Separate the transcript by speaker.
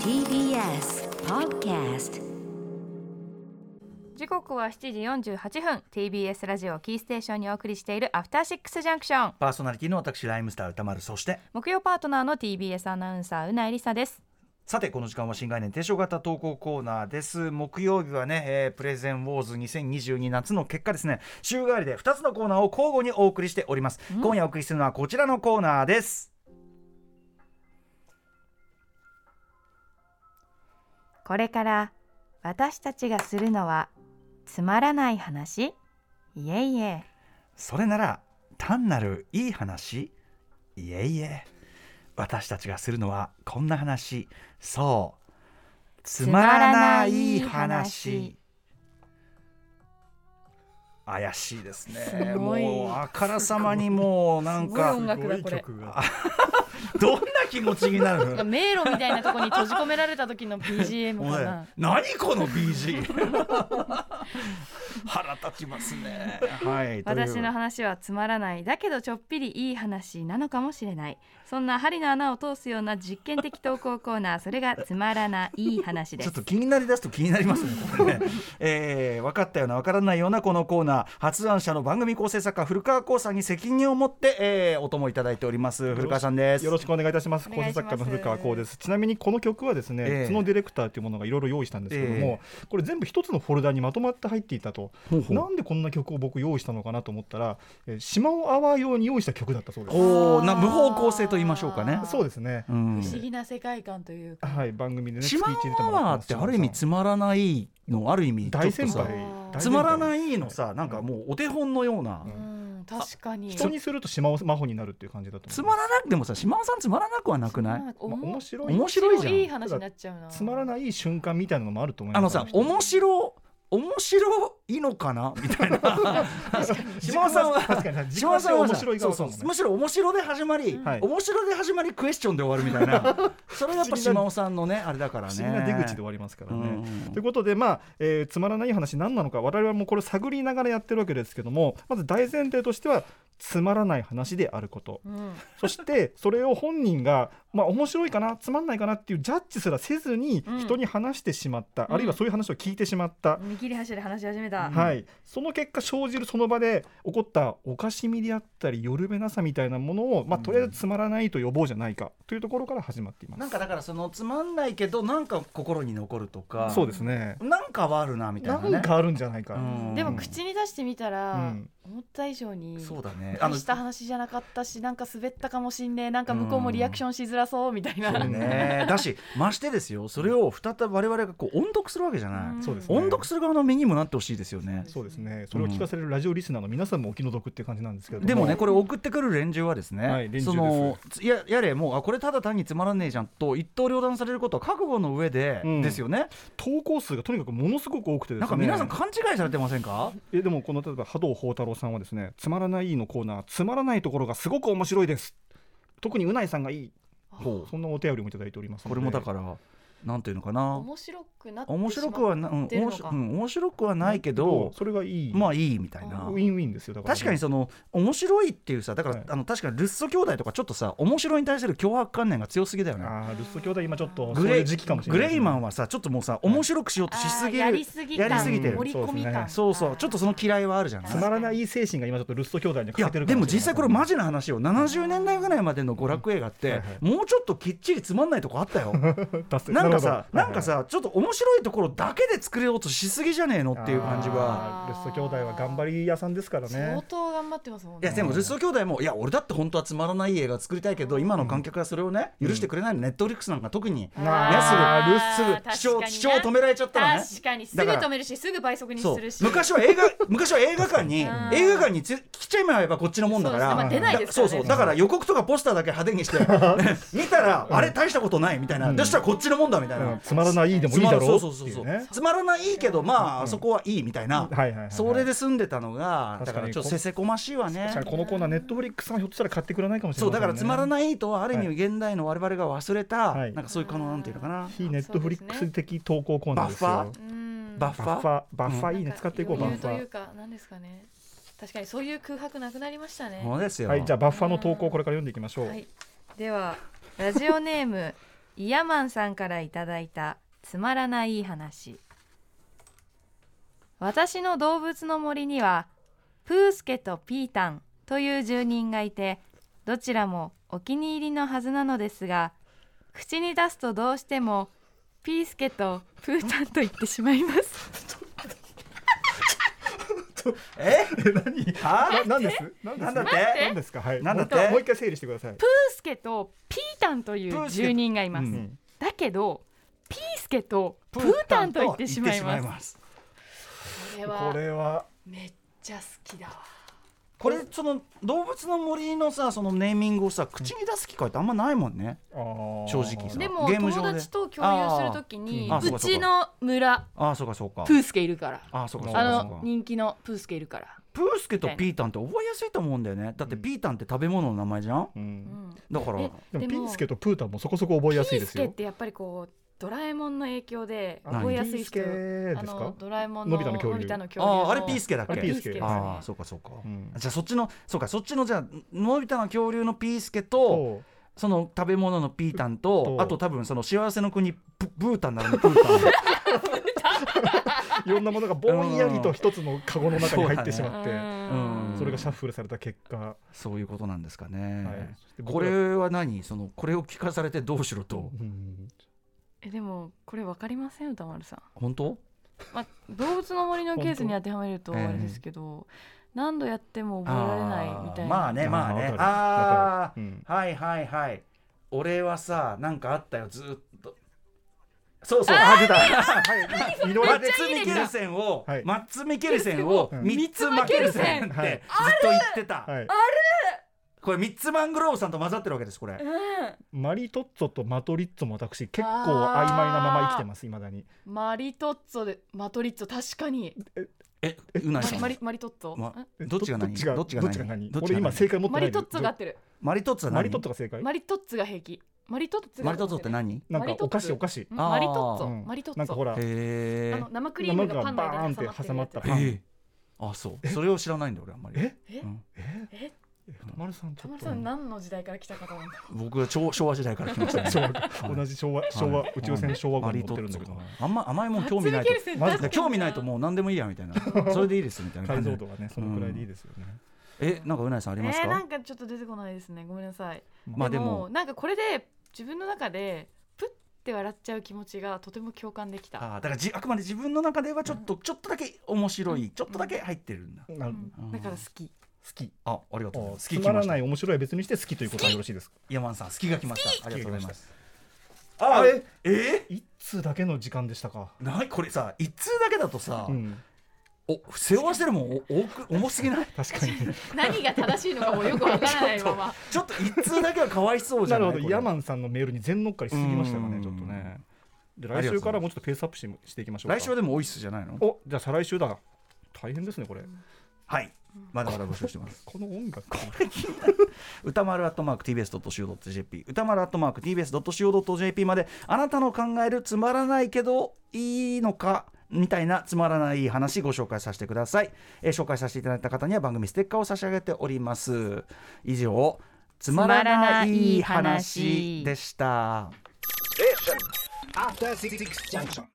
Speaker 1: TBS Podcast
Speaker 2: 時刻は7時48分 TBS ラジオキーステーションにお送りしているアフターシックスジャンクション
Speaker 3: パーソナリティの私ライムスター歌丸そして
Speaker 2: 木曜パートナーの TBS アナウンサーうなえりさです
Speaker 3: さてこの時間は新概念提唱型投稿コーナーです木曜日はね、えープレゼンウォーズ2022夏の結果ですね週替わりで2つのコーナーを交互にお送りしております、今夜お送りするのはこちらのコーナーです
Speaker 2: これから私たちがするのはつまらない話いえいえ
Speaker 3: それなら単なるいい話いえいえ私たちがするのはこんな話そうつまらない話怪しいですね
Speaker 2: すごい
Speaker 3: もうあからさまにもうなんか
Speaker 4: 楽だこれ
Speaker 3: どんな気持ちになる
Speaker 4: なんか
Speaker 3: の
Speaker 4: 迷路みたいなとこに閉じ込められた時の BGM
Speaker 3: お
Speaker 4: か
Speaker 3: い
Speaker 4: な。
Speaker 3: 何この BG 腹立ちますねはいという
Speaker 2: 私の話はつまらないだけどちょっぴりいい話なのかもしれないそんな針の穴を通すような実験的投稿コーナーそれがつまらない話で
Speaker 3: ちょ
Speaker 2: す
Speaker 3: っと気になりだすと気になりますね、これね。えー、分かったような、分からないようなこのコーナー、発案者の番組構成作家、古川光さんに責任を持って、えー、お供いただいております。古川さんです。
Speaker 5: よろしくお願いいたします。
Speaker 2: お願い
Speaker 5: 構
Speaker 2: しま
Speaker 5: 成
Speaker 2: す
Speaker 5: 作家の古川光です。ちなみにこの曲はですね、
Speaker 3: ええ
Speaker 5: 角ディレクターというものがいろいろ用意したんですけども、これ全部一つのフォルダにまとまって入っていたと。
Speaker 3: ほうほう
Speaker 5: なんでこんな曲を僕用意したのかなと思ったら、えー島をアワー用に用意した曲だったそうです。
Speaker 3: おーな無方向性と言いましょうかね。
Speaker 5: そうですね。
Speaker 3: うん
Speaker 4: 不思議な世界観というか。
Speaker 5: はい、番組でね、
Speaker 3: シマ
Speaker 5: 月一で出て
Speaker 3: ワ
Speaker 5: もら
Speaker 3: ワ
Speaker 5: っ
Speaker 3: ー
Speaker 5: て
Speaker 3: って
Speaker 5: ます
Speaker 3: ある意味つまらないのある意味
Speaker 5: 大先
Speaker 3: ちょっと
Speaker 5: 輩
Speaker 3: さ。
Speaker 5: 大
Speaker 3: つ
Speaker 5: 先輩
Speaker 3: まらないのさなんかもうお手本のような、
Speaker 4: うん、確かに。
Speaker 5: 人にすると島を魔法になるっていう感じだと
Speaker 3: つ
Speaker 5: 思
Speaker 3: ま
Speaker 5: いま
Speaker 3: らなくてもさ島尾さんつまらなくはなくない
Speaker 4: お
Speaker 5: まあ
Speaker 4: も
Speaker 5: 面白い
Speaker 3: 面白いじゃん
Speaker 4: いい話になっちゃうな。
Speaker 5: す。つまらない瞬間みたいなのもあると思い
Speaker 3: あの
Speaker 5: ます。
Speaker 3: さ 面白面白いのかなみたいな島尾さんは
Speaker 5: 確かに確かに
Speaker 3: 島尾さんは
Speaker 5: 面
Speaker 3: さ
Speaker 5: 白い
Speaker 3: そ
Speaker 5: 側
Speaker 3: う
Speaker 5: か
Speaker 3: そう
Speaker 5: もね
Speaker 3: むしろ面白で始まり、
Speaker 5: はい
Speaker 3: 面白で始まりクエスチョンで終わるみたい なそれがやっぱ島尾さんのねあれだからね
Speaker 5: 不思議な出口で終わりますからね。
Speaker 3: うん
Speaker 5: ということで、まあえーつまらない話何なのか我々もこれを探りながらやってるわけですけどもまず大前提としてはつまらない話であること
Speaker 4: うん。
Speaker 5: そしてそれを本人が、まあ、面白いかなつまんないかなっていうジャッジすらせずに
Speaker 4: うん
Speaker 5: 人に話してしまった、
Speaker 4: うん
Speaker 5: あるいはそういう話を聞いてしまった、
Speaker 4: 見切り発車で話し始めた。
Speaker 5: はい、その結果生じるその場で起こったおかしみであったり夜べなさみたいなものを、まあ、とりあえずつまらないと呼ぼうじゃないかというところから始まっています。
Speaker 3: なんかだからそのつまんないけどなんか心に残るとか
Speaker 5: そうですね
Speaker 3: なんかはあるなみたいなね
Speaker 5: なんかあるんじゃないか、
Speaker 3: うん
Speaker 4: でも口に出してみたら、
Speaker 5: うん
Speaker 4: 思った以上に。
Speaker 3: そうだねあ
Speaker 4: 大
Speaker 3: の
Speaker 4: した話じゃなかったしなんか滑ったかもしんねえなんか向こうもリアクションしづらそうみたいな、
Speaker 5: そう
Speaker 3: ねだしましてですよそれを再び我々がこう音読するわけじゃない、
Speaker 4: うん
Speaker 5: そうですね
Speaker 3: 音読する側の身にもなってほしいですよね
Speaker 5: そうですね。それを聞かされるラジオリスナーの皆さんもお気の毒っていう感じなんですけれども。
Speaker 3: でもねこれ送ってくる連中はですね、
Speaker 5: はい連中です
Speaker 3: そのつややれもうあこれただ単につまらねえじゃんと一刀両断されることは覚悟の上で、
Speaker 5: うん
Speaker 3: ですよね
Speaker 5: 投稿数がとにかくものすごく多くてですね。
Speaker 3: なんか皆さん勘違いされてませんか、
Speaker 5: えでもこの例えば波動宝太郎さんはですね、つまらないのコーナー、つまらないところがすごく面白いです。特にうないさんがいい。そんなお手便りもいただいておりますので。
Speaker 3: これもだからなんていうのかな
Speaker 4: 面白くなって
Speaker 3: 面白くはな、うん、
Speaker 4: ってる
Speaker 3: 面
Speaker 4: の
Speaker 3: 白
Speaker 4: か
Speaker 3: うん面白くはないけど、
Speaker 5: それがいい。
Speaker 3: まあいいみたいな
Speaker 5: ウ。ィンウィンですよ。だから、
Speaker 3: 確かにその面白いっていうさだから、
Speaker 5: はい
Speaker 3: あの確かにルッソ兄弟とかちょっとさ面白いに対する脅迫観念が強すぎだよね
Speaker 5: ああルッソ兄弟今ちょっと
Speaker 3: グ
Speaker 5: そう
Speaker 3: レ
Speaker 5: い
Speaker 3: イ
Speaker 5: う時期かもしれな
Speaker 3: グ
Speaker 5: いです
Speaker 3: レ
Speaker 5: ね、
Speaker 3: イマンはさちょっともうさ面白くしようとしすぎる
Speaker 4: あーやりすぎた
Speaker 3: やりすぎてる
Speaker 4: 盛り込み感、
Speaker 5: うん
Speaker 3: そうそうちょっとその嫌いはあるじゃない
Speaker 5: つまらない精神が今ちょっとルッソ兄弟に
Speaker 3: い
Speaker 5: 欠
Speaker 3: や
Speaker 5: けてる
Speaker 3: でも実際これマ
Speaker 5: ジ
Speaker 3: ジな話よ70年代ぐらいまでの娯楽映画って、
Speaker 5: はいはい
Speaker 3: もうちょっときっちりつまんないとこあったよなんかさなんかさちょっと面白いところだけで作れようとしすぎじゃねえのっていう感じは
Speaker 5: あールッソ兄弟は頑張り屋さんですからね
Speaker 4: 相当頑張ってますもん
Speaker 3: い
Speaker 4: ね
Speaker 3: やでもルッソ兄弟もいや俺だって本当はつまらない映画作りたいけど今の観客がそれをね許してくれないのネットフリックスなんか特に
Speaker 5: あー
Speaker 3: ね
Speaker 4: あ
Speaker 3: すぐ
Speaker 4: ー
Speaker 3: すぐ視聴
Speaker 4: 確かにな
Speaker 3: 視聴止められちゃったらね
Speaker 4: 確かにすぐ
Speaker 3: だから
Speaker 4: 止めるしすぐ倍速に
Speaker 3: そ
Speaker 4: す
Speaker 3: う
Speaker 4: るし
Speaker 3: 昔は映画 昔は映画館に映
Speaker 4: ん
Speaker 3: 画館につ来ちゃいまえばこっちのもんだから
Speaker 4: そうですねまあ出ないですから
Speaker 3: そう
Speaker 4: ね
Speaker 3: そうだから予告とかポスターだけ派手にして見たらあれ大したことないみたいなそしたらこっちのもんだみたい
Speaker 5: うん
Speaker 3: な
Speaker 5: つまらないでもいいだろう
Speaker 3: そうそう
Speaker 5: ってい
Speaker 3: そうう
Speaker 5: ね
Speaker 3: つまらないけどまああそこはいいみたいな
Speaker 5: はいはいはいはい
Speaker 3: それで済んでたのがだ
Speaker 5: 確
Speaker 3: か
Speaker 5: からに
Speaker 3: ちょっとせせこましいわね
Speaker 5: 確かにこのコーナーネットフリックスがひょっとしたら買ってくれないかもしれ
Speaker 3: そう
Speaker 5: ない、
Speaker 3: だからつまら
Speaker 5: い
Speaker 3: ないとはある意味
Speaker 5: は
Speaker 3: 現代の我々が忘れた
Speaker 5: は
Speaker 3: なん
Speaker 5: い
Speaker 3: かそういう可能なんていうのかな
Speaker 5: 非ネットフリックス的投稿コーナーです
Speaker 3: バッ
Speaker 5: よ
Speaker 3: フ
Speaker 4: うん
Speaker 3: バッフ
Speaker 5: バ
Speaker 3: ァ
Speaker 5: ッフ
Speaker 3: ー
Speaker 5: ァーバッファーい
Speaker 4: な
Speaker 5: いね
Speaker 4: んか
Speaker 5: 使っていこうバ
Speaker 4: 余
Speaker 5: ッ
Speaker 4: 裕
Speaker 5: フ
Speaker 4: とい
Speaker 5: ァ
Speaker 4: うか何ですかね確かにそういう空白なくなりましたね
Speaker 3: そうです
Speaker 5: ー
Speaker 3: よ
Speaker 5: はいじゃあバッファーの投稿をこれから読んでいきましょう、
Speaker 4: はいではラジオネーム
Speaker 2: イヤマンさんからいただいたつまらない話私の動物の森にはプースケとピータンという住人がいてどちらもお気に入りのはずなのですが口に出すとどうしてもピースケとプータンと言ってしまいます
Speaker 3: え
Speaker 5: 何
Speaker 3: は
Speaker 5: 何です何です
Speaker 3: なんだって
Speaker 5: 何ですかはい
Speaker 3: なんだって
Speaker 5: もう一回もう一回整理してください
Speaker 2: プースケとピータンという住人がいます、
Speaker 5: うん
Speaker 2: だけどピースケとプータンと言ってしまいます
Speaker 3: す
Speaker 4: これ
Speaker 5: こ
Speaker 4: は
Speaker 5: れは
Speaker 4: めっちゃ好きだわ
Speaker 3: これその動物の森のさそのネーミングをさ口に出す機会ってあんまないもんね、正
Speaker 5: 正
Speaker 3: 直さ
Speaker 2: でも
Speaker 3: ゲーム
Speaker 2: 友
Speaker 3: 上で
Speaker 2: 達と共有するときに
Speaker 3: あーうんあ
Speaker 2: うちの村
Speaker 3: ああそうかそうか
Speaker 4: プースケいるから
Speaker 3: ああそうかそう
Speaker 4: あ
Speaker 3: かそう
Speaker 4: の
Speaker 3: か
Speaker 4: 人気のプースケいるから
Speaker 3: プースケとピータンって覚えやすいと思うんだよねだってピータンって食べ物の名前じゃん
Speaker 5: うん
Speaker 3: だから
Speaker 2: え
Speaker 5: でも
Speaker 2: で
Speaker 5: ピ
Speaker 2: も
Speaker 5: ースケとプータンもそこそこ覚えやすいです
Speaker 2: ピースケっ
Speaker 5: よ
Speaker 2: てやっぱりこうドラえもんの影響で
Speaker 5: あ
Speaker 2: 覚えやすい人
Speaker 5: ピースケ
Speaker 4: あ
Speaker 5: です
Speaker 4: の
Speaker 5: か
Speaker 4: ドラえもんの
Speaker 5: のび太の恐
Speaker 4: の
Speaker 5: 竜
Speaker 4: び太の恐
Speaker 3: あ
Speaker 4: 竜の
Speaker 3: ああれピースケだっ
Speaker 5: あ
Speaker 3: け
Speaker 5: れピース
Speaker 4: ピー
Speaker 5: ケ
Speaker 4: スケですね
Speaker 3: ああそうかそうか、
Speaker 5: うん
Speaker 3: じゃあそっちのそうかそっちのじゃあのび太の恐竜のピースケと
Speaker 5: そう
Speaker 3: その食べ物のピータンと
Speaker 5: と
Speaker 3: あと多分その幸せの国ブブータンならぬプータン
Speaker 5: いろんなものがぼんやりと一つのカゴの中に入ってしまって、
Speaker 3: うん
Speaker 5: それがシャッフルされた結果、は
Speaker 3: そういうことなんですかね、
Speaker 5: いそして僕
Speaker 3: こ
Speaker 5: ら
Speaker 3: れは何そのこれを聞かされてどうしろと
Speaker 5: うん
Speaker 2: えでもこれわかりません歌丸さん、
Speaker 3: 本当
Speaker 2: まあ、動物の森のケースに当てはめると
Speaker 3: 本当
Speaker 2: あれですけど、何度やっても覚えられないみたいな
Speaker 3: まあねまあね
Speaker 5: わかる
Speaker 3: ああ
Speaker 5: うん
Speaker 3: はいはいはい俺はさなんかあったよずーっとそうそうあ出た
Speaker 5: はい、
Speaker 3: マ
Speaker 5: 実
Speaker 3: ッツ・ミケルセンを、
Speaker 5: はい
Speaker 3: マッツ・ミケルセンを
Speaker 5: うん
Speaker 3: 三つ負けるセンってずっ
Speaker 5: はい
Speaker 3: と言ってた、
Speaker 5: はい、
Speaker 3: これ三つマングローブさんと混ざってるわけですこれ
Speaker 5: マリトッツォとマトリッツォも私結構曖昧なまま生きてますいまだに
Speaker 4: マリトッツォでマトリッツォ確かに
Speaker 3: えう
Speaker 4: マ
Speaker 3: ないさ
Speaker 4: リ
Speaker 3: ん
Speaker 4: マリマリトッツォ、
Speaker 3: ま
Speaker 4: ん
Speaker 5: え
Speaker 3: どっちが何
Speaker 5: どどっちが
Speaker 3: どっ
Speaker 5: どっ
Speaker 3: ち
Speaker 5: ち
Speaker 3: が
Speaker 5: が
Speaker 3: 何
Speaker 5: 何
Speaker 3: どっちが何
Speaker 5: 俺今正解持ってな
Speaker 4: マ
Speaker 5: い
Speaker 4: リトッツォが合ってる
Speaker 3: マリトッツォは何
Speaker 5: マリトッツォが正解
Speaker 4: マリトッツォが平気マリトッツォが
Speaker 3: マリトッツォって何へ
Speaker 5: なん
Speaker 4: マリ
Speaker 5: か
Speaker 4: トッツォ
Speaker 5: お菓子お菓子
Speaker 4: うん
Speaker 3: あー
Speaker 4: マリトッツ
Speaker 5: う
Speaker 4: ォ、
Speaker 5: ん
Speaker 4: マリトッツォ
Speaker 5: なんかほら
Speaker 4: あ
Speaker 3: え
Speaker 4: の生クリームがパンの間に挟まってるやつ
Speaker 5: 生クリームがバーンって挟まった
Speaker 3: ええあそうそれを知らないんだ俺あんまり
Speaker 5: え
Speaker 4: え
Speaker 3: うん
Speaker 5: え
Speaker 4: え
Speaker 5: え丸さんち
Speaker 4: 田
Speaker 5: ょっ
Speaker 4: 村
Speaker 5: と
Speaker 4: さん何の時代から来たかと思った
Speaker 3: 僕は昭昭和時代から来ました ね
Speaker 5: 昭和同じ昭和昭和宇宙船昭和号
Speaker 3: マ
Speaker 5: に
Speaker 3: リト
Speaker 5: 乗ってる
Speaker 3: ッ
Speaker 5: ん
Speaker 3: ツ
Speaker 5: だ
Speaker 3: ォ
Speaker 5: けど
Speaker 3: かあんま甘いもん興味な
Speaker 4: マッツ
Speaker 3: い
Speaker 4: ミケルセン
Speaker 3: とマジ
Speaker 4: 確か
Speaker 3: で
Speaker 4: に
Speaker 3: 興味ないともう何でもいいやみたいなそれでいいですみたいな
Speaker 5: 解
Speaker 3: 感じ
Speaker 5: 像
Speaker 3: で
Speaker 5: 度がねそのくらいでいいですよね
Speaker 3: えなんかうないさんあります
Speaker 4: えー、
Speaker 3: か
Speaker 4: なんかちょっと出てこないですねごめんなさい
Speaker 3: まあでも
Speaker 4: なんかこれで自分の中でプッて笑っちゃう気持ちがとても共感できた
Speaker 3: あーだからじあくまで自分の中ではちょっと、ちょっとだけ面白いちょっとだけ入ってるんだ、
Speaker 5: な
Speaker 4: う
Speaker 5: る
Speaker 4: ん
Speaker 3: うん
Speaker 4: だから好き
Speaker 5: 好き
Speaker 3: あありがとうござい
Speaker 5: 好
Speaker 3: ます
Speaker 5: き
Speaker 3: 好き
Speaker 5: つま
Speaker 3: 来ま
Speaker 5: ら
Speaker 3: し
Speaker 5: な
Speaker 3: た
Speaker 5: い面白いは別にして好きということはよろしいですか
Speaker 3: 山さん好きが来ましたありがとうございます
Speaker 5: あ
Speaker 3: あ
Speaker 5: え
Speaker 3: ええ
Speaker 5: 一通だけの時間でしたか、
Speaker 3: ないこれさ一通だけだとさ、
Speaker 5: うん、
Speaker 3: お背負わせるもんお多く重すぎない
Speaker 5: 確 かに
Speaker 4: 何が正しいのかもよくわからないまま
Speaker 3: ちょっと一通だけはかわいそうじ
Speaker 5: な
Speaker 3: ゃな
Speaker 5: る
Speaker 3: い
Speaker 5: ほど
Speaker 3: これ
Speaker 5: ヤマンさんのメールに全乗っかりしすぎましたか
Speaker 3: うん
Speaker 5: ねちょっとねで
Speaker 3: ありがとうございます
Speaker 5: 来週からもうちょっとペースアップししていきましょうか
Speaker 3: 来週はでもオイスじゃないの
Speaker 5: おじゃあ再来週だ大変ですねこれ
Speaker 3: はいまだまだ募集してます
Speaker 5: この音楽
Speaker 3: 歌丸アットマーク TBS.CO.JP 歌丸アットマーク TBS.CO.JP まであなたの考えるつまらないけどいいのかみたいなつまらない話ご紹介させてください、えー紹介させていただいた方には番組ステッカーを差し上げております以上つまらない話でした
Speaker 6: After Six Junction.